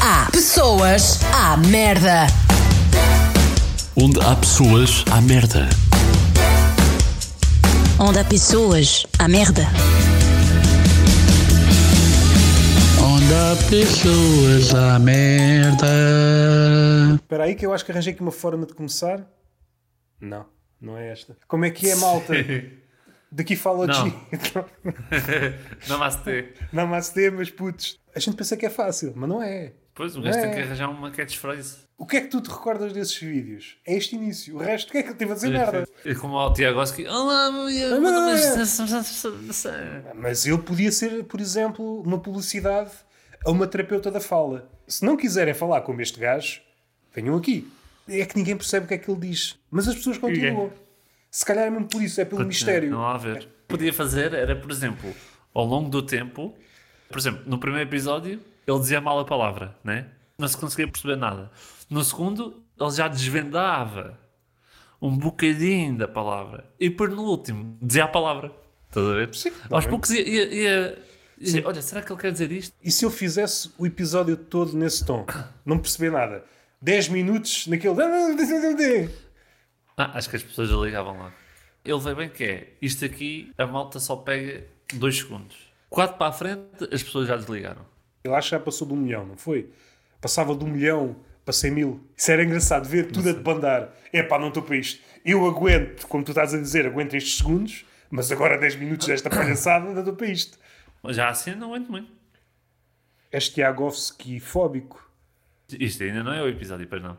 há pessoas, há merda. Onde há pessoas, há merda. Onde há pessoas, há merda. Onde há pessoas, há merda. Espera aí que eu acho que arranjei aqui uma forma de começar. Não, não é esta. Como é que é, malta? Daqui fala o Não. G. Namastê. Namastê, meus putos. A gente pensa que é fácil, mas não é. Pois, o resto É. tem que arranjar uma catchphrase. O que é que tu te recordas desses vídeos? É este início. O resto, o que é que eu tive a dizer merda? É Como ao Tiagoski. Olá, meu- meu nome é- Mas eu podia ser, por exemplo, uma publicidade a uma terapeuta da fala. Se não quiserem falar como este gajo, venham aqui. É que ninguém percebe o que é que ele diz. Mas as pessoas continuam. Se calhar é mesmo por isso, é pelo mistério. Não há a ver. Podia fazer era, por exemplo, ao longo do tempo, por exemplo, no primeiro episódio ele dizia mal a palavra, né? Não se conseguia perceber nada. No segundo, ele já desvendava um bocadinho da palavra. E por no último, dizia a palavra. Estás a ver? Sim, Aos bem. poucos ia, ia, ia- ia- Olha, será que ele quer dizer isto? E se eu fizesse o episódio todo nesse tom? Não percebi nada. 10 minutos naquele. Ah, acho que as pessoas ligavam lá. Ele vê bem que é. Isto aqui, a malta só pega dois segundos. Quatro para a frente, as pessoas já desligaram. Ele acho que já passou de um milhão, não foi? Passava de um milhão para 100 mil. Isso era engraçado, ver tudo a debandar. É pá, não estou para isto. Eu aguento, como tu estás a dizer, aguento estes segundos, mas agora 10 minutos desta palhaçada, não estou para isto. Mas já assim não aguento muito. És Tiagovski fóbico. Isto ainda não é o episódio, pois não.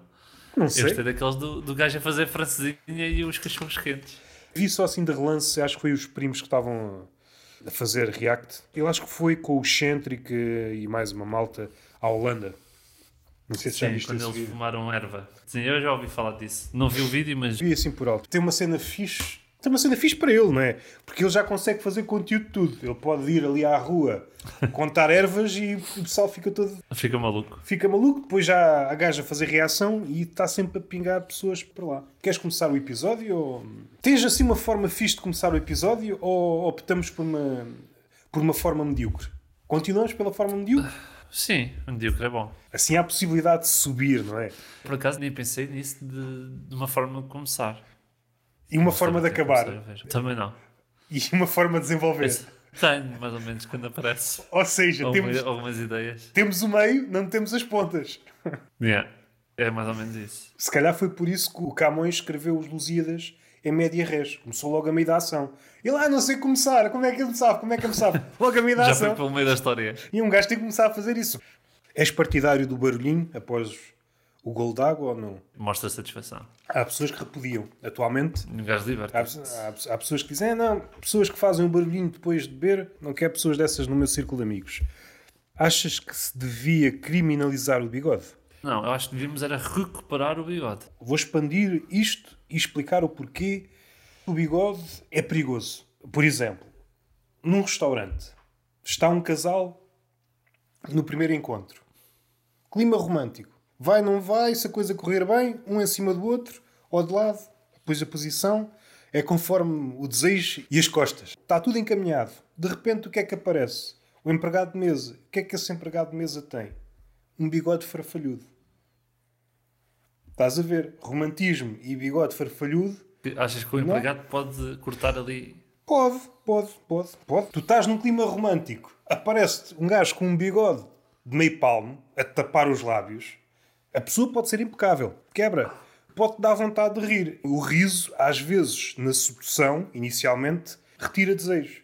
Não Eu sei. gostei daqueles do, do gajo a fazer francesinha e os cachorros quentes. Vi só assim de relance, acho que foi os primos que estavam a fazer React. Eu acho que foi com o Centric eh, e mais uma malta à Holanda. Não sei se já Sim, viste quando esse eles vídeo. fumaram erva. Sim, eu já ouvi falar disso. Não vi o vídeo, mas Vi assim por alto. Tem uma cena fixe. Tem uma cena fixe para ele, não é? Porque ele já consegue fazer conteúdo de tudo. Ele pode ir ali à rua contar ervas e o pessoal fica todo. fica maluco. fica maluco. Depois já a gaja a fazer reação e está sempre a pingar pessoas para lá. Queres começar o episódio? Ou... Tens assim uma forma fixe de começar o episódio ou optamos por uma, por uma forma medíocre? Continuamos pela forma medíocre? Sim, um dia que é bom. Assim há a possibilidade de subir, não é? Por acaso nem pensei nisso de, de uma forma de começar. E uma forma de Também tenho que acabar. É. começar a ver. Também não. E uma forma de desenvolver. Tenho, mais ou menos, quando aparece. Ou seja, Alguma- temos, Algumas, ideias. temos o meio, não temos as pontas. Yeah. É mais ou menos isso. Se calhar foi por isso que o Camões escreveu os Lusíadas em média res. Começou logo a meio da ação. Ele, ah, não sei começar, como é que ele sabe, como é que ele sabe? Logo a meio da Já foi ação. pelo meio da história. E um gajo tem que começar a fazer isso. És partidário do barulhinho após o gol d'água ou não? Mostra satisfação. Há pessoas que repudiam. Atualmente, Um gajo há, liberta. há- há pessoas que dizem, "Ah, não, pessoas que fazem o barulhinho depois de beber, não quero pessoas dessas no meu círculo de amigos. Achas que se devia criminalizar o bigode? Não, eu acho que devíamos era recuperar o bigode. Vou expandir isto e explicar o porquê o bigode é perigoso. Por exemplo, num restaurante está um casal no primeiro encontro. Clima romântico. Vai, não vai, se a coisa correr bem, um em cima do outro, ou de lado, depois a posição, é conforme o desejo e as costas. Está tudo encaminhado. De repente, o que é que aparece? O empregado de mesa. O que é que esse empregado de mesa tem? Um bigode farfalhudo. Estás a ver? Romantismo e bigode farfalhudo Achas que o empregado pode cortar ali? Pode, pode, pode, pode. Tu estás num clima romântico, aparece-te um gajo com um bigode de meio palmo a te tapar os lábios. A pessoa pode ser impecável, quebra. Pode-te dar vontade de rir. O riso, às vezes, na sedução, inicialmente, retira desejo.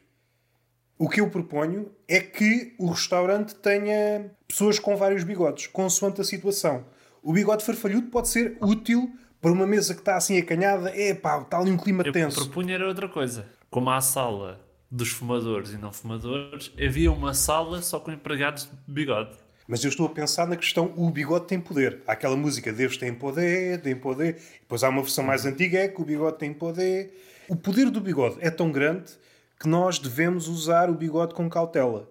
O que eu proponho é que o restaurante tenha pessoas com vários bigodes, consoante a situação. O bigode farfalhudo pode ser útil para uma mesa que está assim acanhada. É pá, está ali um clima Eu tenso. propunha era outra coisa. Como há a sala dos fumadores e não fumadores, havia uma sala só com empregados de bigode. Mas eu estou a pensar na questão: o bigode tem poder. Há aquela música Deus tem poder, tem poder. Depois há uma versão mais antiga é que o bigode tem poder. O poder do bigode é tão grande que nós devemos usar o bigode com cautela.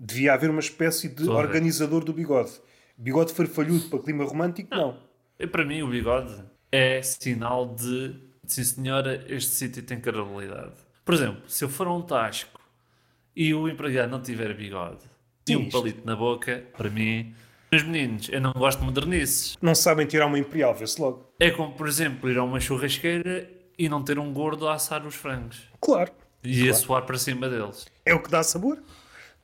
Devia haver uma espécie de Estou a ver. organizador do bigode. Bigode farfalhudo para clima romântico, não. E para mim, o bigode é sinal de sim, senhora, este sítio tem credibilidade. Por exemplo, se eu for a um Tasco e o empregado não tiver bigode e Sim, um isto- palito na boca, para mim, Meus meninos, eu não gosto de modernices. Não sabem tirar uma imperial, vê-se logo. É como, por exemplo, ir a uma churrasqueira e não ter um gordo a assar os frangos Claro. e a suar para cima deles. É o que dá sabor.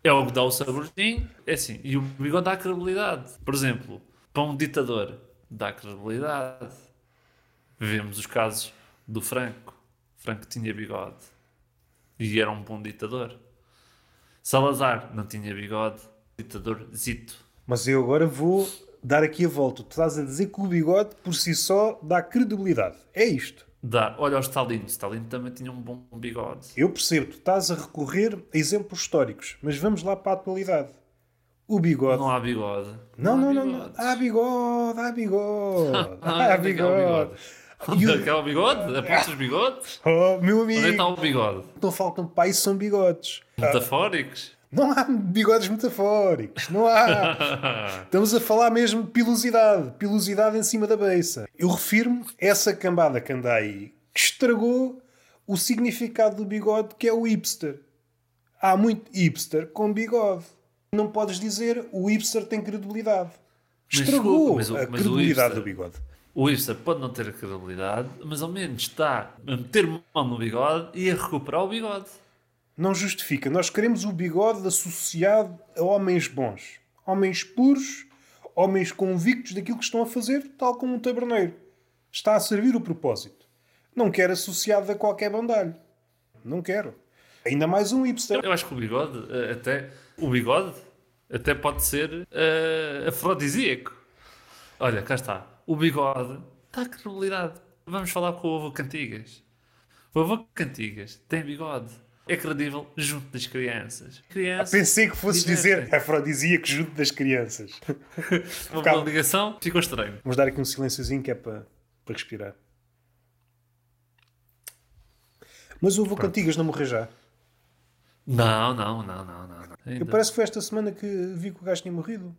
É o que dá o saborzinho, é assim. E o bigode dá credibilidade. Por exemplo, para um ditador, dá credibilidade. Vemos os casos do Franco. Franco tinha bigode e era um bom ditador. Salazar não tinha bigode, ditador zito. Mas eu agora vou dar aqui a volta. Tu estás a dizer que o bigode por si só dá credibilidade. É isto. Dá. Olha o Stalin, Stalin também tinha um bom bigode. Eu percebo, tu estás a recorrer a exemplos históricos, mas vamos lá para a atualidade. O bigode. Não há bigode. Ah, Não, não, há não. não. bigode. Há bigode, há bigode. Há Ah, onde é que há o bigode. Ah, Onde é que há o bigode? Apontas bigode? Oh, meu Onde é que está amigo. o bigode? Não faltam pais são bigodes. Metafóricos? Não há bigodes metafóricos. Não há. Estamos a falar mesmo de pilosidade. Pilosidade em cima da beiça. Eu refiro-me a essa cambada que anda aí que estragou o significado do bigode que é o hipster. Há muito hipster com bigode. Não podes dizer o hipster tem credibilidade. Mas Estragou desculpa, mas o- a mas o credibilidade do hipster- bigode. O Ibsa pode não ter credibilidade, mas ao menos está a meter mão no bigode e a recuperar o bigode. não justifica. Nós queremos o bigode associado a homens bons, homens puros, homens convictos daquilo que estão a fazer, tal como um taberneiro. Está a servir o propósito. Não quero associado a qualquer bandalho. Não quero. Ainda mais um hipster. Eu acho que o bigode, eh, até, o bigode até pode ser eh, afrodisíaco. Olha, cá está. O bigode dá credibilidade. Vamos falar com o avô Cantigas. O avô Cantigas tem bigode. É credível junto das crianças. Crianças Pensei que fosses divertem. dizer afrodisíaco junto das crianças. Uma Calma. boa ligação, ficou estranho. Vamos dar aqui um silênciozinho que é para, para respirar. Mas o Vô Cantigas não morreu já. Não, não, não, não, não. não. Ainda Eu parece que foi esta semana que vi que o gajo tinha morrido.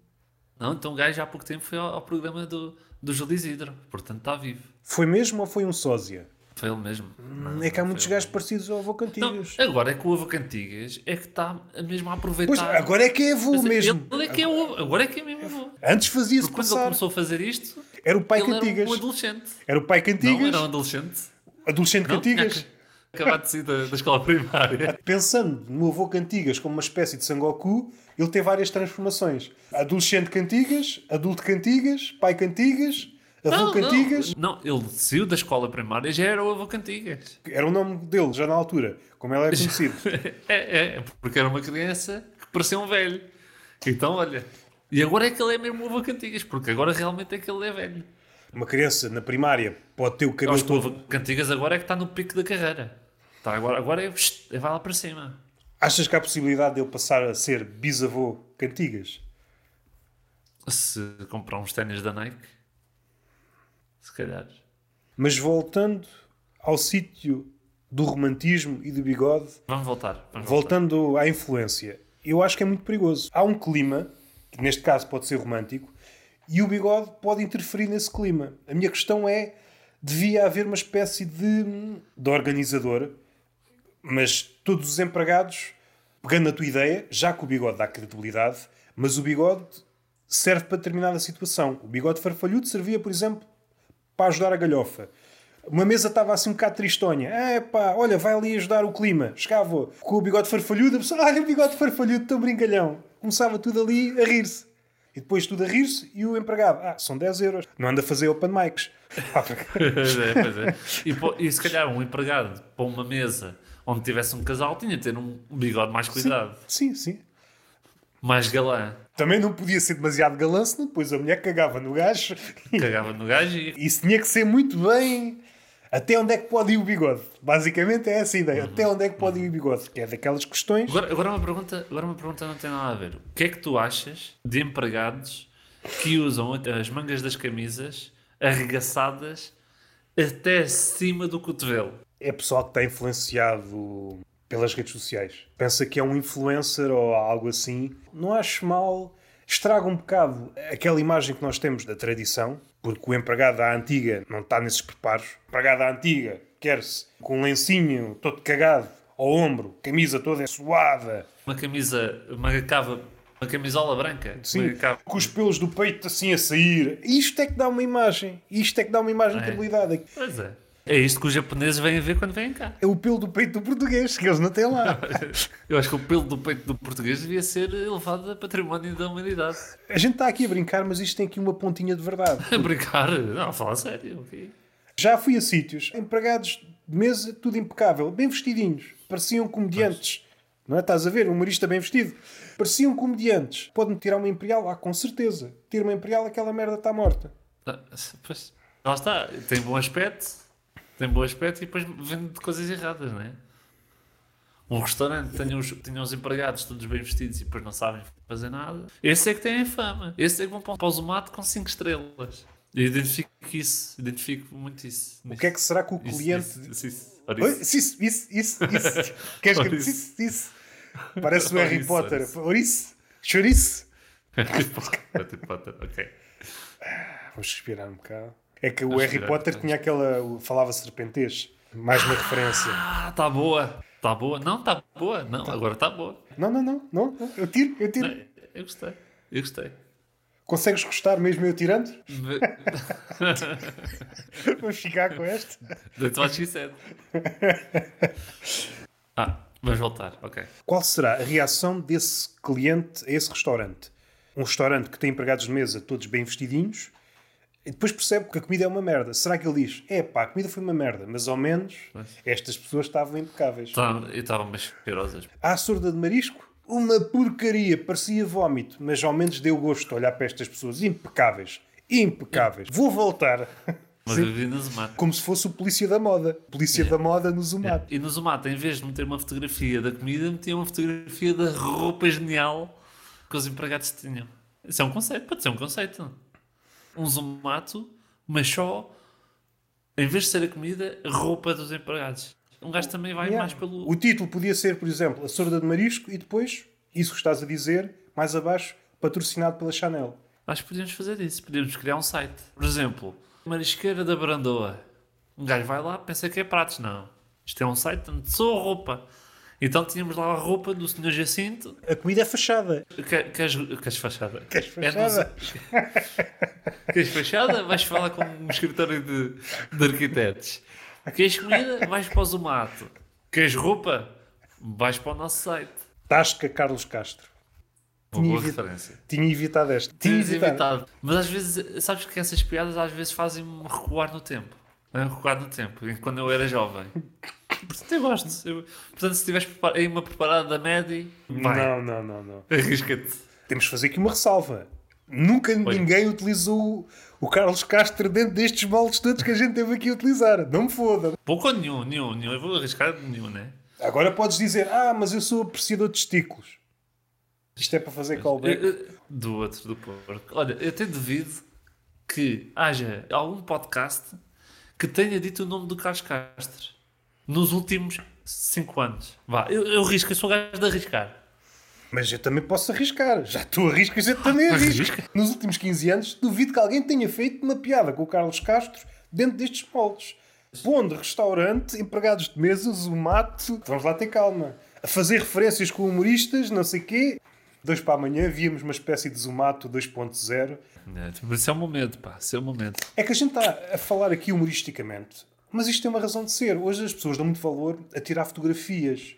Não, então o gajo há pouco tempo foi ao, ao programa do, do Júlio Isidro, portanto está vivo. Foi mesmo ou foi um sósia? Foi ele mesmo. Não, é que há não muitos foi um ele. gajos parecidos ao avô Cantigas. Não, agora é que o Ovo Cantigas é que está a mesmo a aproveitar. Pois, agora é que é avô Mas mesmo. Ele é que é o Ovo, agora é que é mesmo o Ovo. Antes fazia-se Porque quando ele passar. começou a fazer isto, Era o pai ele Cantigas. era um adolescente. Era o pai Não, Cantigas, era um adolescente. adolescente Não, é tinha Cantigas. ac- Acabado de sair da, da escola primária. Pensando no avô Cantigas como uma espécie de Sangoku, ele teve várias transformações. Adolescente Cantigas, adulto Cantigas, pai Cantigas, avô Não, Cantigas. Não, não, ele saiu da escola primária e já era o Ovo Cantigas. Era o nome dele já na altura, como ele é conhecido. É, é, porque era uma criança que parecia um velho. Então, olha. E agora é que ele é mesmo ovo cantigas, porque agora realmente é que ele é velho. Uma criança na primária pode ter o Eu cabelo acho que o todo. ovo cantigas agora é que está no pico da carreira. Está agora, agora é, psh, é vai lá para cima. Achas que há a possibilidade de ele passar a ser bisavô Cantigas? Se comprar uns ténis da Nike, se calhar. Mas voltando ao sítio do romantismo e do bigode, Vamos voltar. Vamos voltar. voltando à influência, eu acho que é muito perigoso. Há um clima, que neste caso pode ser romântico, e o bigode pode interferir nesse clima. A minha questão é: devia haver uma espécie de, de organizador, mas todos os empregados, pegando a tua ideia, já que o bigode dá credibilidade, mas o bigode serve para determinada situação. O bigode farfalhudo servia, por exemplo, para ajudar a galhofa. Uma mesa estava assim um bocado tristonha. É pá, olha, vai ali ajudar o clima. Chegava com o bigode farfalhudo, a pessoa, olha o bigode farfalhudo, tão brincalhão. Começava tudo ali a rir-se. E depois tudo a rir-se e o empregado, ah, são 10 euros. Não anda a fazer open mics. Pois é, pois é. E, pô- e se calhar um empregado para uma mesa onde tivesse um casal tinha de ter um bigode mais cuidado, sim, sim. mais galã. Também não podia ser demasiado galã, senão depois a mulher cagava no gajo. Cagava no gajo e Isso tinha que ser muito bem. Até onde é que pode ir o bigode? Basicamente é essa a ideia. Até onde é que pode ir o bigode? Que é daquelas questões. Agora, agora, uma pergunta, agora uma pergunta não tem nada a ver. O que é que tu achas de empregados que usam as mangas das camisas arregaçadas até acima do cotovelo? é pessoal que está influenciado pelas redes sociais. Pensa que é um influencer ou algo assim. Não acho mal. Estraga um bocado aquela imagem que nós temos da tradição, porque o empregado à antiga não está nesses preparos. O empregado à antiga quer-se com um lencinho todo cagado ao ombro, camisa toda suada. Uma camisa, uma cava Uma camisola branca. Sim, Uma capa- assim, com os pelos do peito assim a sair. Isto é que dá uma imagem. Isto é que dá uma imagem de É. habilidade. Pois é. É isto que os japoneses vêm ver quando vêm cá. É o pelo do peito do português, que eles não têm lá. Eu acho que o pelo do peito do português devia ser elevado a património da humanidade. A gente está aqui a brincar, mas isto tem aqui uma pontinha de verdade. A brincar? Não, fala sério. ok? Já fui a sítios, empregados de mesa, tudo impecável, bem vestidinhos, pareciam comediantes. Não é? Estás a ver? Um humorista bem vestido. Pareciam comediantes. Pode-me tirar uma imperial? Ah, com certeza. Tira uma imperial, aquela merda está morta. Ah, Pois, lá está, tem bom aspecto, tem bom aspecto e depois vende coisas erradas, não é? Um restaurante tem os, tinha os empregados todos bem vestidos e depois não sabem fazer nada. Esse é que tem a fama, esse é que vão para o- para o Zumato com 5 estrelas. Eu identifico isso, identifico muito isso. O que é que será que o cliente. Isso, isso, ora Oi? isso. Isso, isso, isso, isso. Queres que eu Ouriço. isso, isso? Parece o Harry Ouriço, Potter. ouriço. Ouriço? Chouriço? Harry Potter, ok. Vou respirar um bocado. É que o Vamos Harry respirar, Potter vamos. tinha aquela. o- falava serpentez. Mais uma referência. Ah, tá boa, tá boa. Não, tá boa, não, agora tá boa. Não, não, não, não, não. Eu tiro, eu tiro. Eu gostei, eu gostei. Consegues gostar mesmo eu tirando? Vamos ficar com este. That's what she said. ah, vamos voltar, ok. Qual será a reação desse cliente a esse restaurante? Um restaurante que tem empregados de mesa todos bem vestidinhos e depois percebe que a comida é uma merda. Será que ele diz: é pá, a comida foi uma merda, mas ao menos estas pessoas estavam impecáveis. Estavam- E estavam umas cheirosas. Ah, A surda de marisco? Uma porcaria, parecia vómito, mas ao menos deu gosto olhar para estas pessoas impecáveis. Impecáveis. Vou voltar. Mas eu vi no Zumato. Como se fosse o polícia da moda. Polícia da moda no Zumato. E no Zumato, em vez de meter uma fotografia da comida, metiam uma fotografia da roupa genial que os empregados tinham. Isso é um conceito, pode ser um conceito. Um Zumato, mas só, em vez de ser a comida, a roupa dos empregados. Um gajo também vai Yeah. mais pelo... O título podia ser, por exemplo, A Surda de Marisco e depois, isso que estás a dizer, mais abaixo, patrocinado pela Chanel. Acho que podíamos fazer isso. Podíamos criar um site. Por exemplo, Marisqueira da Brandoa. Um gajo vai lá, pensa que é pratos. Não. Isto é um site onde só roupa. Então tínhamos lá a roupa do Sr. Jacinto. A comida é fachada. Queres que as- que as fachada? Queres É no- fachada? Queres fachada? Vais falar com um escritório de, de arquitetos. Queres comida? Vais para o Zumato. Queres roupa? Vais para o nosso site. Tasca Carlos Castro. Uma boa Tinha evi- referência. Tinha evitado esta. Tinha Tinhas evitado. evitado. Mas às vezes, sabes que essas piadas às vezes fazem-me recuar no tempo. É, Recuar no tempo, em- quando eu era jovem. Portanto, eu gosto. Eu- portanto, se tiveres prepar- aí uma preparada da Medi, vai, Não, não, não, não. arrisca-te. Temos de fazer aqui uma ressalva. Nunca ninguém utilizou o Carlos Castro dentro destes moldes todos que a gente teve aqui a utilizar. Não me foda. Pouco ou nenhum, nenhum, nenhum. Eu vou arriscar nenhum, né? Agora podes dizer, ah, mas eu sou apreciador de testículos. Isto é para fazer callback. Eu- eu- Do outro, do Porto. Olha, eu até duvido que haja algum podcast que tenha dito o nome do Carlos Castro nos últimos 5 anos. Vá, eu, eu risco, eu sou um gajo de arriscar. Mas eu também posso arriscar. Já tu arriscas, eu também arrisco. Nos últimos 15 anos, duvido que alguém tenha feito uma piada com o Carlos Castro dentro destes moldes. Pondo restaurante, empregados de mesa, zumato. Vamos lá ter calma. A fazer referências com humoristas, não sei quê. Dois para amanhã, víamos uma espécie de zumato 2.0. É, tipo, Esse é o momento, pá, esse é o momento. É que a gente está a falar aqui humoristicamente, mas isto tem uma razão de ser. Hoje as pessoas dão muito valor a tirar fotografias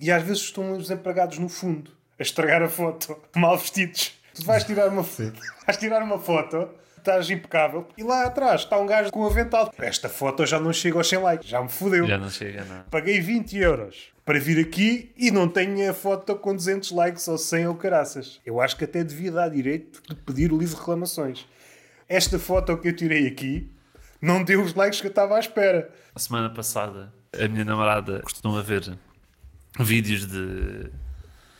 e às vezes estão os empregados no fundo a estragar a foto, mal vestidos. Tu vais tirar uma foto, vais tirar uma foto, estás impecável e lá atrás está um gajo com um avental. Esta foto já não chega aos 100 likes, já me fodeu. Já não chega, não. Paguei 20 euros para vir aqui e não tenho a foto com 200 likes ou 100 ou caraças. Eu acho que até devia dar direito de pedir o livro de reclamações. Esta foto que eu tirei aqui não deu os likes que eu estava à espera. A semana passada, a minha namorada costuma ver vídeos de.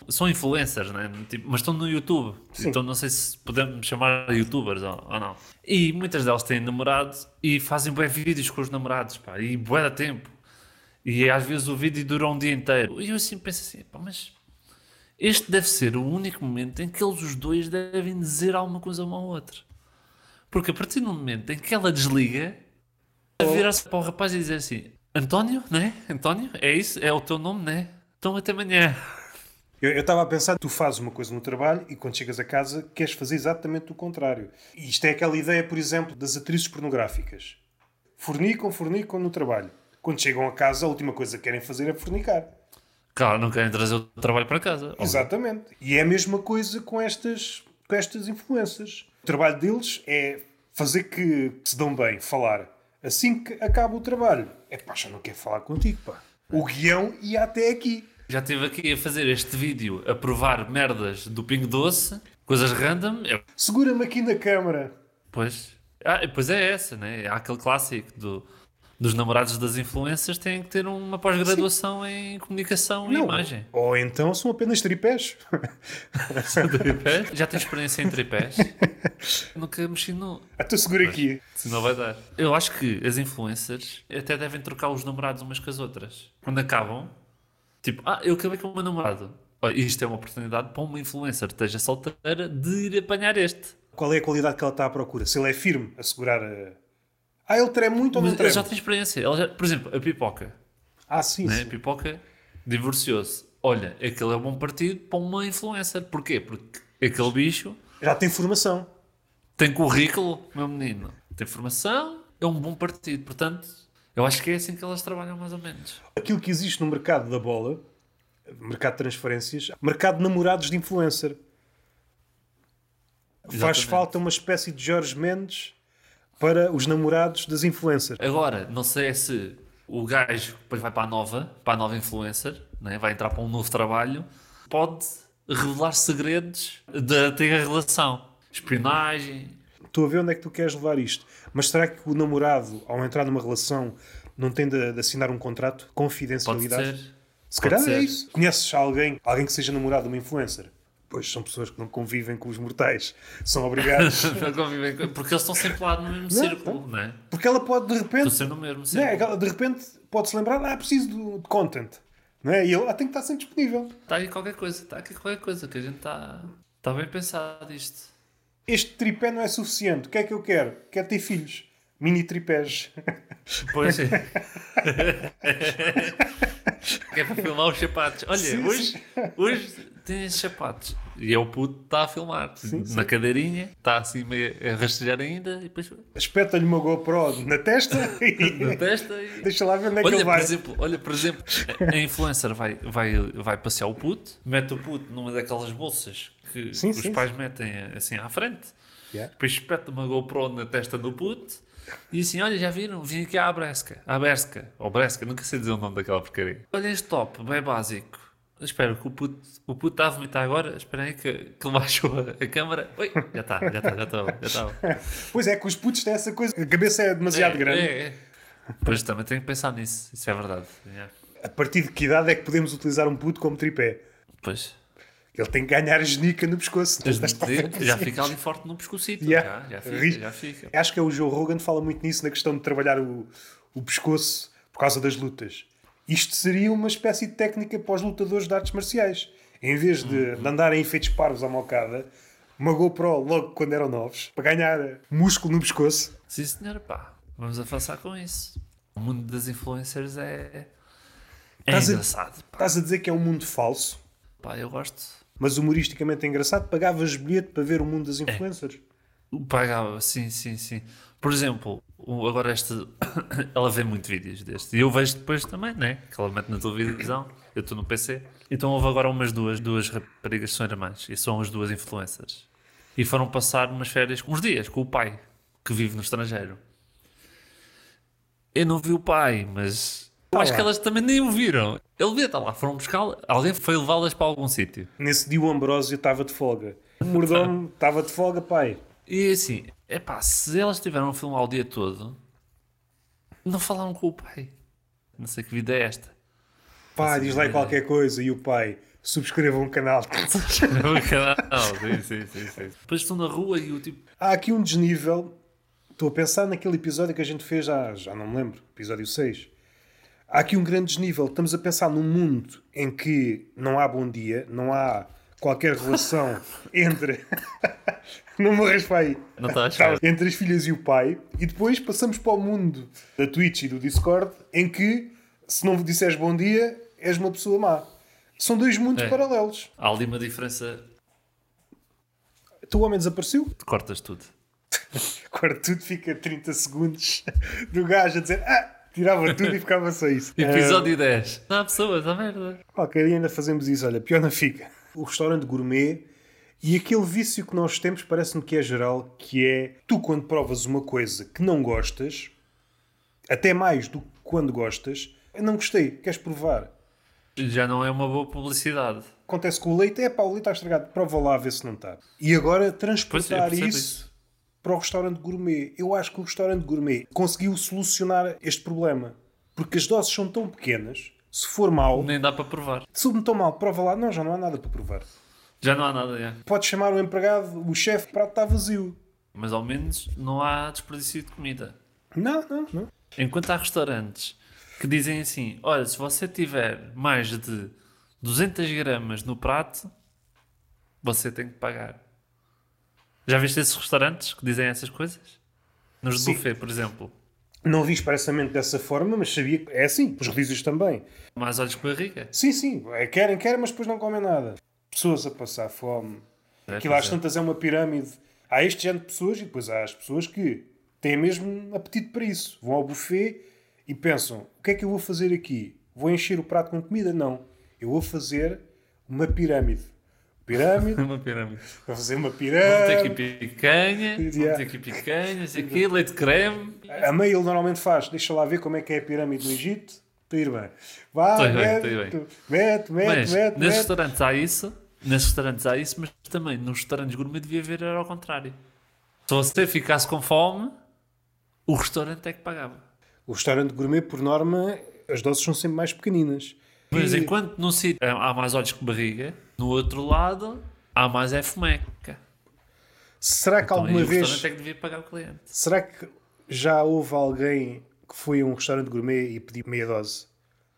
São influencers, né? Tipo, mas estão no YouTube. Então não sei se podemos chamar youtubers ou, ou não. E muitas delas têm namorado e fazem bué vídeos com os namorados, pá, e bué da tempo. E às vezes o vídeo dura um dia inteiro. E eu assim penso assim, pá, mas este deve ser o único momento em que eles os dois devem dizer alguma coisa uma ao outro. Porque a partir do momento em que ela desliga, a virar-se para o rapaz e dizer assim: António, né? António, é isso? É o teu nome, né? Então até amanhã. Eu estava a pensar, tu fazes uma coisa no trabalho e quando chegas a casa queres fazer exatamente o contrário. E isto é aquela ideia, por exemplo, das atrizes pornográficas. Fornicam, fornicam no trabalho. Quando chegam a casa, a última coisa que querem fazer é fornicar. Claro, não querem trazer o trabalho para casa. óbvio. Exatamente. E é a mesma coisa com estas, com estas influências. O trabalho deles é fazer que, que se dão bem, falar. Assim que acaba o trabalho. É pá, já não quero falar contigo, pá. O guião ia até aqui. Já estive aqui a fazer este vídeo a provar merdas do Pingo Doce, coisas random. Eu, Segura-me aqui na câmara. pois, ah, e pois é essa, né? Há aquele clássico do- dos namorados das influências têm que ter uma pós-graduação em comunicação e imagem. Ou então são apenas tripés. Tripés? Já tens experiência em tripés? Nunca mexi no. Até Então segura aqui. Senão vai dar. Eu acho que as influencers até devem trocar os namorados umas com as outras. Quando acabam, tipo, ah, eu acabei com o meu namorado. Olha, isto é uma oportunidade para uma influencer que esteja solteira de ir apanhar este. Qual é a qualidade que ela está à procura? Se ele é firme a segurar a... Ah, ele treme muito ou Mas não ela treme? já tem experiência. Ela já- por exemplo, a pipoca. Ah, sim, Né? A sim. pipoca divorciou-se. Olha, aquele é um bom partido para uma influencer. Porquê? Porque aquele bicho Já tem formação. Tem currículo, meu menino. Tem formação, é um bom partido. Portanto, eu acho que é assim que elas trabalham, mais ou menos. aquilo que existe no mercado da bola, mercado de transferências, mercado de namorados de influencer. Faz Exatamente. falta uma espécie de Jorge Mendes para os namorados das influencers. Agora, não sei é se o gajo depois vai para a nova, para a nova influencer, né? vai entrar para um novo trabalho, pode revelar segredos da antiga relação. Espionagem. Estou a ver onde é que tu queres levar isto. Mas será que o namorado, ao entrar numa relação, não tem de, de assinar um contrato? Pode Confidencialidade? ser. Se Pode calhar é ser. isso. Conheces alguém, alguém que seja namorado de uma influencer? Pois são pessoas que não convivem com os mortais. São obrigados. Não convivem com- Porque eles estão sempre lá no mesmo círculo, não é? Porque ela pode, de repente, Estão sempre no mesmo Não é? círculo. Aquela- De repente pode-se lembrar, ah, preciso do- de content. Não é? E ele ah, tem que estar sempre disponível. Está Tá aí qualquer coisa, está aqui qualquer coisa, que a gente está está bem pensado isto. Este tripé não é suficiente. O que é que eu quero? Quero ter filhos. Mini tripés. Pois é. que é para filmar os sapatos. Olha, Sim, hoje, hoje tem esses sapatos. E é o puto está a filmar. Na cadeirinha, está assim meio a rastejar ainda e depois Espeta-lhe uma GoPro na testa na e testa e. deixa lá ver onde é que Olha, ele por vai. exemplo, olha, por exemplo, a a influencer vai, vai, vai passear o puto, mete o puto numa daquelas bolsas que, Sim, que sim, os pais metem assim à frente, Yeah. depois espeta uma GoPro na testa do puto e assim, olha, já viram? Vim aqui à Bresca, à Bresca, ou Bresca, nunca sei dizer o nome daquela porcaria. Olha este top, bem básico. Espero que o puto, o puto está a vomitar agora. Espera aí que, que ele baixou a, a câmara. Oi, já está, já está, já está. Já está. Pois é, que os putos têm essa coisa. A cabeça é demasiado É, grande. é, é. Pois também tenho que pensar nisso, isso é verdade. Yeah. A partir de que idade é que podemos utilizar um puto como tripé? Pois. Ele tem que ganhar a genica no pescoço. Tens de Estás a meter, ver? já fica ali forte no pescocito. Yeah. Já, já Ri- fica, já fica. Acho que é o Joe Rogan fala muito nisso na questão de trabalhar o, o pescoço por causa das lutas. Isto seria uma espécie de técnica para os lutadores de artes marciais. Em vez de, Uhum. de andarem em feitos parvos à mocada, uma GoPro logo quando eram novos, para ganhar músculo no pescoço. Sim, senhor, pá. Vamos avançar com isso. O mundo das influencers é. É Estás a- engraçado. Pá. Estás a dizer que é um mundo falso, Pá, eu gosto. mas humoristicamente é engraçado. Pagavas bilhete para ver o mundo É. das influencers. Pagava, sim, sim, sim. Por exemplo, o- agora esta. ela vê muito vídeos deste. E eu vejo depois também, né? Que ela mete na televisão. Eu estou no PC. Então houve agora umas duas, duas raparigas que são irmãs. E são as duas influencers. E foram passar umas férias, uns dias, com o pai, que vive no estrangeiro. Eu não vi o pai, mas. Eu acho lá. que elas também nem o viram. Ele devia estar lá, foram buscá-la. Alguém foi levá-las para algum sítio. Nesse dia o Ambrósio estava de folga. O mordomo estava de folga, pai. E assim, é pá, se elas tiveram a filmar o dia todo, não falaram com o pai. Não sei que vida é esta. Pá, diz lá qualquer coisa. E o pai, subscreva um canal. sim, sim, sim, sim. Depois estão na rua e o tipo. Há aqui um desnível. Estou a pensar naquele episódio que a gente fez, já, já não me lembro, episódio 6. Há aqui um grande desnível. Estamos a pensar num mundo em que não há bom dia, não há qualquer relação entre. não morres para aí. Não tá está a achar? Entre as filhas e o pai. E depois passamos para o mundo da Twitch e do Discord em que, se não disseres bom dia, és uma pessoa má. São dois mundos É. paralelos. Há ali uma diferença. Tu, o homem desapareceu, Cortas tudo. agora tudo fica 30 segundos do gajo a dizer ah, tirava tudo e ficava só isso. Episódio 10. Não há É. Tá, pessoas, à merda. Ah, qualquer dia ainda fazemos isso, olha, pior não fica. O restaurante gourmet e aquele vício que nós temos parece-me que é geral, que é tu quando provas uma coisa que não gostas, até mais do que quando gostas, eu não gostei, queres provar? Já não é uma boa publicidade. acontece com o leite é pá, o leite está estragado, prova lá a ver se não está. E agora transportar Pois é, eu isso, percebo para o restaurante gourmet. Eu acho que o restaurante gourmet conseguiu solucionar este problema. Porque as doses são tão pequenas, se for mal, Nem dá para provar. se me tão mal, prova lá, não, já não há nada para provar. Já não há nada, já. Pode chamar o empregado, o chefe, o prato está vazio. Mas ao menos não há desperdício de comida. Não, não, não. Enquanto há restaurantes que dizem assim: olha, se você tiver mais de 200 gramas no prato, você tem que pagar. Já viste esses restaurantes que dizem essas coisas? Nos de Sim. buffet, por exemplo. Não vi expressamente dessa forma, mas sabia que é assim, os rodízios também. Mais olhos com barriga. Sim, sim, é, querem, querem, mas depois não comem nada. Pessoas a passar fome. É, Aquilo às pois é. tantas é uma pirâmide. Há este género de pessoas e depois há as pessoas que têm mesmo apetite para isso. Vão ao buffet e pensam: o que é que eu vou fazer aqui? Vou encher o prato com comida? Não. Eu vou fazer uma pirâmide. Pirâmide, Uma pirâmide. vou fazer uma Vamos ter aqui pirâmide. picanha, vamos Yeah. ter aqui picanha, não sei o quê, leite de creme. A mãe ele normalmente faz: deixa lá ver como é que é a pirâmide no Egito. Está a ir bem. Vá, Tá a ir bem, mete, tá a ir bem. mete, mete, Mas mete, nesses mete. restaurantes há isso, nesses restaurantes há isso, mas também nos restaurantes gourmet devia haver era ao contrário. Se você ficasse com fome, o restaurante é que pagava. O restaurante gourmet, por norma, as doses são sempre mais pequeninas. Mas E- enquanto num sítio há mais olhos que barriga, no outro lado há mais é fomeca. Será que Então, aí alguma o vez. restaurante é que devia pagar o cliente. Será que já houve alguém que foi a um restaurante gourmet e pediu meia dose?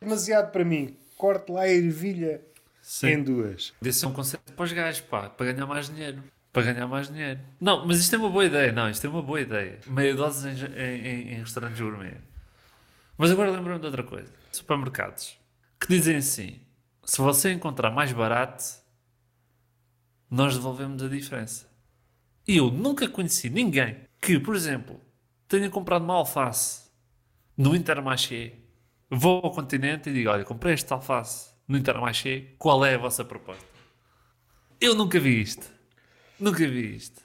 Demasiado para mim. Corte lá a ervilha em duas. Desse é um conceito para os gajos, pá, para ganhar mais dinheiro. Para ganhar mais dinheiro. Não, mas isto é uma boa ideia. Não, isto é uma boa ideia. Meia dose em, em- em- em restaurantes gourmet. Mas agora lembro-me de outra coisa. Supermercados. Que dizem assim, se você encontrar mais barato, nós devolvemos a diferença. E eu nunca conheci ninguém que, por exemplo, tenha comprado uma alface no Intermarché. Vou ao continente e digo, olha, comprei esta alface no Intermarché, qual é a vossa proposta? Eu nunca vi isto. Nunca vi isto.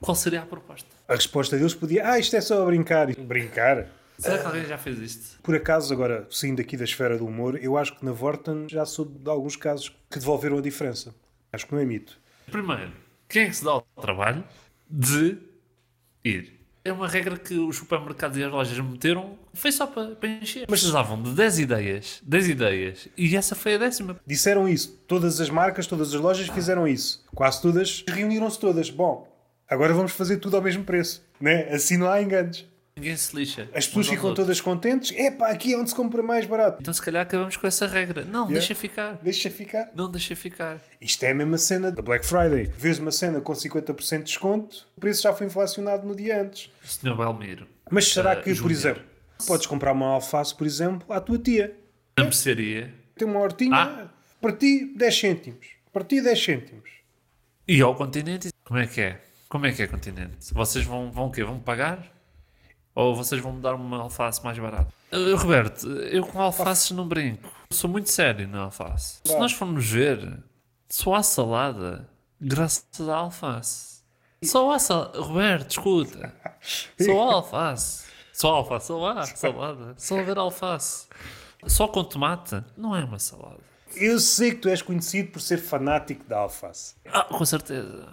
Qual seria a proposta? A resposta deles podia. Ah, isto é só a brincar. Brincar? Será que alguém já fez isto? Por acaso, agora, saindo aqui da esfera do humor, eu acho que na Vorten já soube de alguns casos que devolveram a diferença. Acho que não é mito. Primeiro, quem é que se dá o trabalho de ir? É uma regra que os supermercados e as lojas meteram, foi só para, para encher. Mas precisavam de 10 ideias, 10 ideias, e essa foi a décima. Disseram isso. Todas as marcas, todas as lojas fizeram isso. Quase todas reuniram-se todas. Bom, agora vamos fazer tudo ao mesmo preço. Né? Assim não há enganos. Ninguém se lixa. As pessoas Uns aos ficam outros. todas contentes. Epá, aqui é onde se compra mais barato. Então se calhar acabamos com essa regra. Não, deixa ficar. Deixa ficar. Não deixa ficar. Isto é a mesma cena da Black Friday. Vês uma cena com 50% de desconto, o preço já foi inflacionado no dia antes. Senhor Belmiro. Mas será Ah, que, por Júnior. exemplo, podes comprar uma alface, por exemplo, à tua tia? Na mercearia. Tem uma hortinha, Ah. para ti 10 cêntimos. Para ti 10 cêntimos. E ao continente? Como é que é? Como é que é continente? Vocês vão, vão o quê? Vão pagar? Ou vocês vão me dar uma alface mais barata? Eh, Roberto, eu com alfaces não brinco. Sou muito sério na alface. Se nós formos ver, só há salada graças à alface. Só há salada. Roberto, escuta. Só há alface. Só há alface, só há salada. Só haver alface. Só com tomate não é uma salada. Eu sei que tu és conhecido por ser fanático da alface. Ah, com certeza.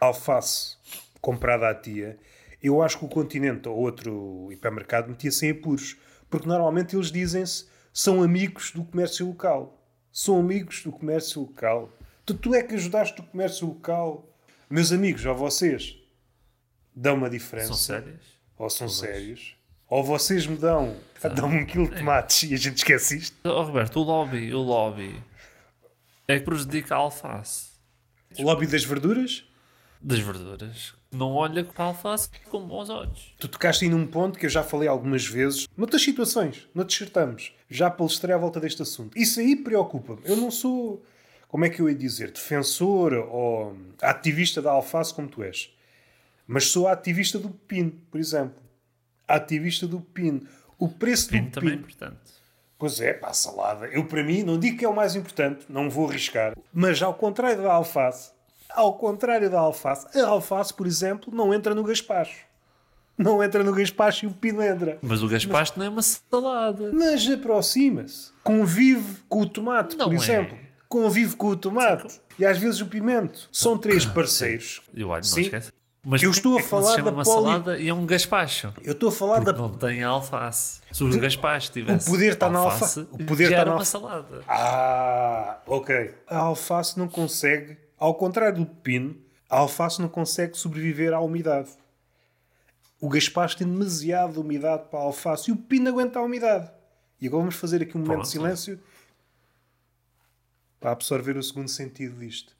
alface comprada à tia, eu acho que o Continente ou outro hipermercado metia sem apuros. Porque normalmente eles dizem-se são amigos do comércio local. São amigos do comércio local. Tu, tu é que ajudaste o comércio local. Meus amigos, ou vocês dão uma diferença. São sérias? Ou são sérios. Ou vocês me dão, dão um quilo de tomates e a gente esquece isto. Oh, Roberto, o lobby, o lobby é que prejudica a alface. O lobby das verduras? das verduras não olha para a alface com bons olhos. Tu tocaste aí num ponto que eu já falei algumas vezes, noutras situações, noutros certames. Já palestrei à volta deste assunto. Isso aí preocupa-me. Eu não sou, como é que eu ia dizer, defensor ou ativista da alface como tu és. Mas sou ativista do pepino, por exemplo. Ativista do pepino. O preço Pino do também é pepino. importante. Pois é, pá, salada. Eu, para mim, não digo que é o mais importante, não vou arriscar. Mas, ao contrário da alface, ao contrário da alface, a alface, por exemplo, não entra no gaspacho. Não entra no gaspacho e o pino entra. Mas o gaspacho não é uma salada. Mas aproxima-se. Convive com o tomate, Não por é. exemplo. Convive com o tomate. E às vezes o pimento. São três parceiros. E o alho, Sim. não esquece. Mas Eu porquê estou a é que não falar se chama da uma poli- salada e é um gaspacho. Eu estou a falar Porque da não tem alface. Se o gaspacho tivesse o poder está na alface, alfa- o poder já está era na uma alfa- salada. Ah, ok. A alface não consegue, ao contrário do pepino, a alface não consegue sobreviver à umidade. O gaspacho tem demasiada umidade para a alface e o pepino aguenta a umidade. E agora vamos fazer aqui um momento Pronto. de silêncio para absorver o segundo sentido disto.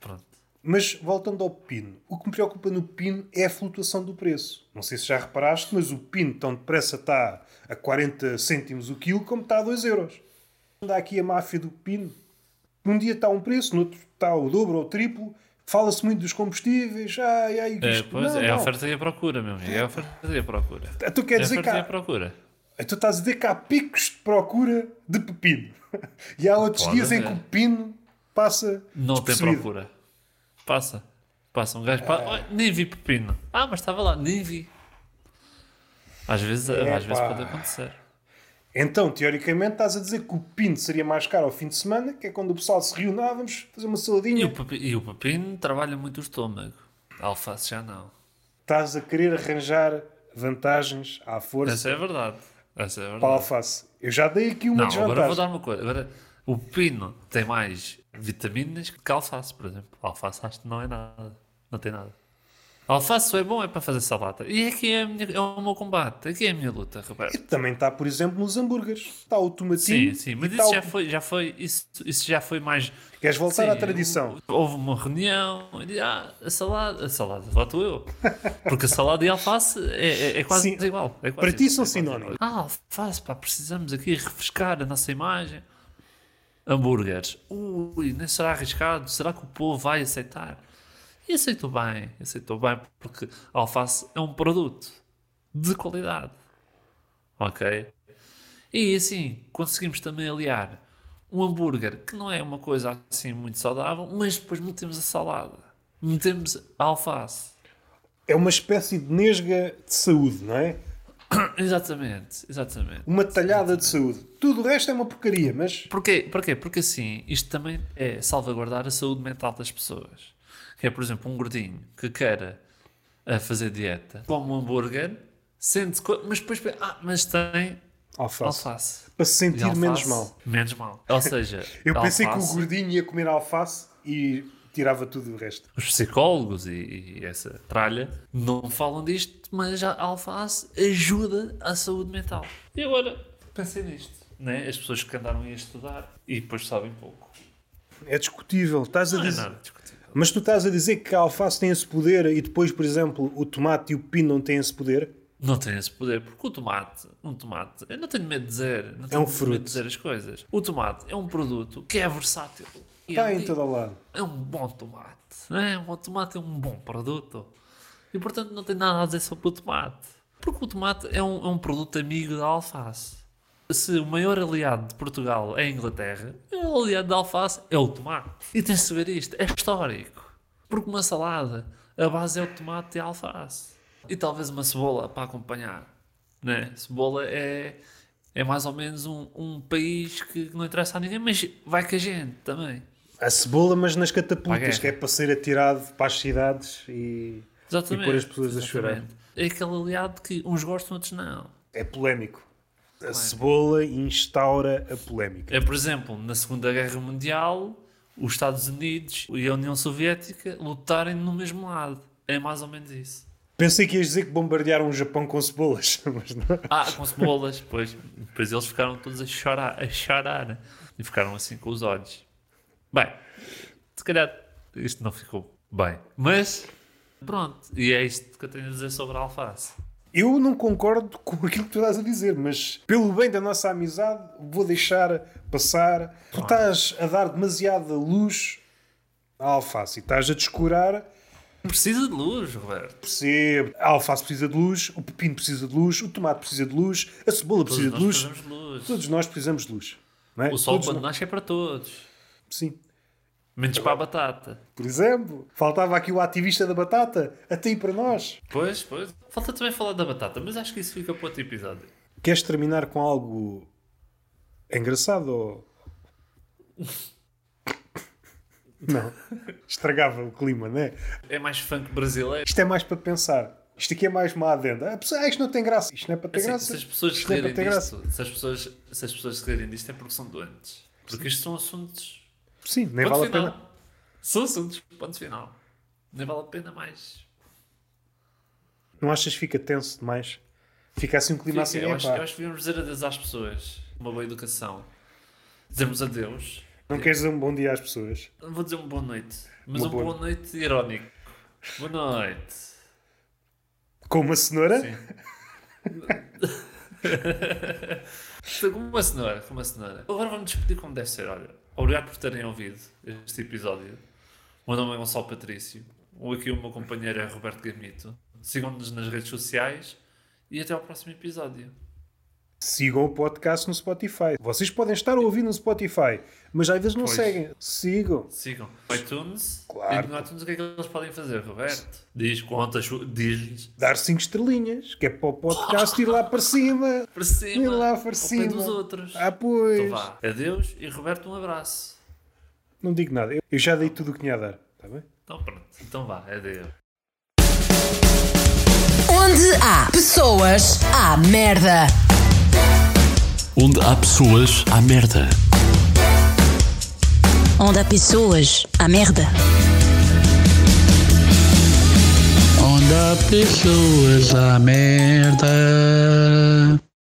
Pronto. Mas voltando ao pepino, o que me preocupa no pepino é a flutuação do preço. Não sei se já reparaste, mas o pepino tão depressa está a 40 cêntimos o quilo como está a 2 euros. Anda aqui a máfia do pepino. Um dia está um preço, no outro está o dobro ou o triplo. Fala-se muito dos combustíveis. Ai, ai, É, isto- pois, não, é a não. Ah, oferta e a procura, meu amigo. É a oferta e a procura. Tu É quer a dizer que oferta e a há, procura. tu estás a dizer que há picos de procura de pepino. E há outros Pode dias em que o haver. pepino passa Não tem despercebido. É. procura. Passa. Passa um gajo. pa- Olha, nem vi pepino. Ah, mas estava lá, nem vi. Às vezes, às vezes Epá. pode acontecer. Então, teoricamente, estás a dizer que o pino seria mais caro ao fim de semana, que é quando o pessoal se reúne, ah, vamos fazer uma E saladinha. o, pepi- e o pepino trabalha muito o estômago. A alface já não. Estás a querer arranjar vantagens à força Essa é verdade. Essa é verdade. para a alface. Eu já dei aqui uma não, agora vou desvantagem. dar uma coisa. Agora, o pepino tem mais vitaminas que a alface, por exemplo. A alface acho que não é nada. Não tem nada. A alface só é bom é para fazer salada. E aqui é, a minha- é o meu combate. Aqui é a minha luta, Roberto. Também está, por exemplo, nos hambúrgueres. Está o tomatinho. Sim, sim, mas e isso está já o- foi, já foi, isso, isso já foi mais. Queres voltar Sim, à tradição? Houve uma reunião e disse, ah, a salada, a salada, lá estou eu. Porque a salada e a alface é, é- é quase Sim. igual. é quase Para ti igual, são é quase sinónimos. igual. Ah, alface, pá, precisamos aqui refrescar a nossa imagem. Hambúrgueres. Ui, nem será arriscado, será que o povo vai aceitar? E aceitou bem, aceitou bem, porque a alface é um produto de qualidade. Ok? E assim conseguimos também aliar um hambúrguer que não é uma coisa assim muito saudável, mas depois metemos a salada, metemos a alface. É uma espécie de nesga de saúde, não é? Exatamente, exatamente. Uma talhada de saúde. Tudo o resto é uma porcaria, mas Porquê? Porquê? Porque assim, isto também é salvaguardar a saúde mental das pessoas. Que é, por exemplo, um gordinho que queira a fazer dieta, come um hambúrguer, sente co- mas depois, pe- ah, mas tem alface. alface. Para se sentir E alface, menos mal. Menos mal. Ou seja, Eu a pensei que o alface- gordinho ia comer alface e tirava tudo o resto. os psicólogos e, e essa tralha não falam disto, mas a alface ajuda à saúde mental. E agora, pensei nisto. Né? As pessoas que andaram a estudar e depois sabem pouco. É discutível. Estás a Não é dizer... nada discutível. Mas tu estás a dizer que a alface tem esse poder e depois, por exemplo, o tomate e o pepino não têm esse poder? Não tem esse poder, porque o tomate, um tomate, eu não tenho medo de dizer, não tenho um medo fruto. de dizer as coisas. O tomate é um produto que é versátil. E Está é em antigo. todo lado. é um bom tomate. Não é? O tomate é um bom produto. E portanto não tem nada a dizer sobre o tomate. Porque o tomate é um, é um produto amigo da alface. Se o maior aliado de Portugal é a Inglaterra, o maior aliado da alface é o tomate. E tem-se de ver isto, é histórico. Porque uma salada, a base é o tomate e a alface. E talvez uma cebola para acompanhar. Né? Cebola é, é mais ou menos um, um país que não interessa a ninguém, mas vai com a gente também. A cebola, mas nas Para a catapultas, guerra. que é para ser atirado para as cidades e, e pôr as pessoas a chorar. exatamente. É aquele aliado que uns gostam, outros não. É polémico. A cebola instaura a polémica. É, por exemplo, na Segunda Guerra Mundial, os Estados Unidos e a União Soviética lutarem no mesmo lado. É mais ou menos isso. Pensei que ias dizer que bombardearam o Japão com cebolas, mas não. Ah, com cebolas, pois. Depois eles ficaram todos a chorar, a chorar. E ficaram assim com os olhos. Bem, se calhar isto não ficou Bem, mas pronto, e é isto que eu tenho a dizer sobre a alface. Eu não concordo com aquilo que tu estás a dizer, mas pelo bem da nossa amizade, vou deixar passar. Tu estás a dar demasiada luz à alface e estás a descurar. Precisa de luz, Roberto. Percebo. A alface precisa de luz, o pepino precisa de luz, o tomate precisa de luz, a cebola precisa de Todos luz. nós precisamos de luz. Todos nós precisamos de luz. não é? O sol Todos quando nós- nasce é para todos. Sim. Menos para a batata. Por exemplo, faltava aqui o ativista da batata, até aí para nós. Pois, pois. Falta também falar da batata, mas acho que isso fica para outro episódio. Queres terminar com algo engraçado ou. Não. Estragava o clima, não é? É mais funk brasileiro. Isto é mais para pensar. Isto aqui é mais uma adenda. Ah, pessoal, isto não tem graça. Isto não é para ter Assim, graça. se as pessoas se isto não é rirem para ter graça. disto, se as pessoas, se as pessoas se rirem disto é porque são doentes. Porque isto são assuntos. Sim, nem Ponto vale a final. pena. São assuntos. Ponto final. Nem vale a pena mais. Não achas que fica tenso demais? Fica assim um clima assim. eu, acho, epá, eu acho que devíamos dizer adeus às pessoas. Uma boa educação. Dizemos adeus. Não queres dizer um bom dia às pessoas? Não vou dizer uma boa noite, mas Uma uma boa- boa noite irónico. Boa noite. Com uma cenoura? Sim. com uma cenoura, com uma cenoura. Agora vamos despedir como deve ser, olha. Obrigado por terem ouvido este episódio. O meu nome é Gonçalo Patrício. O Aqui o meu companheiro é Roberto Gamito. Sigam-nos nas redes sociais e até ao próximo episódio. Sigam o podcast no Spotify. Vocês podem estar a ouvir no Spotify, mas às vezes não Pois. seguem. Sigam. Sigam. iTunes. Claro. E no iTunes o que é que eles podem fazer, Roberto? Diz contas, diz-lhes. Dar 5 estrelinhas, que é para o podcast ir lá para cima. Para cima. Ir lá para ao pé cima. dos outros. Ah, pois. Então vá. Adeus e Roberto, um abraço. Não digo nada. Eu- Eu já dei tudo o que tinha a dar. Está bem? Então pronto. Então vá, adeus. Onde há pessoas, há merda. Onde há pessoas, há merda. Onde há pessoas, há merda. Onde há pessoas, há merda.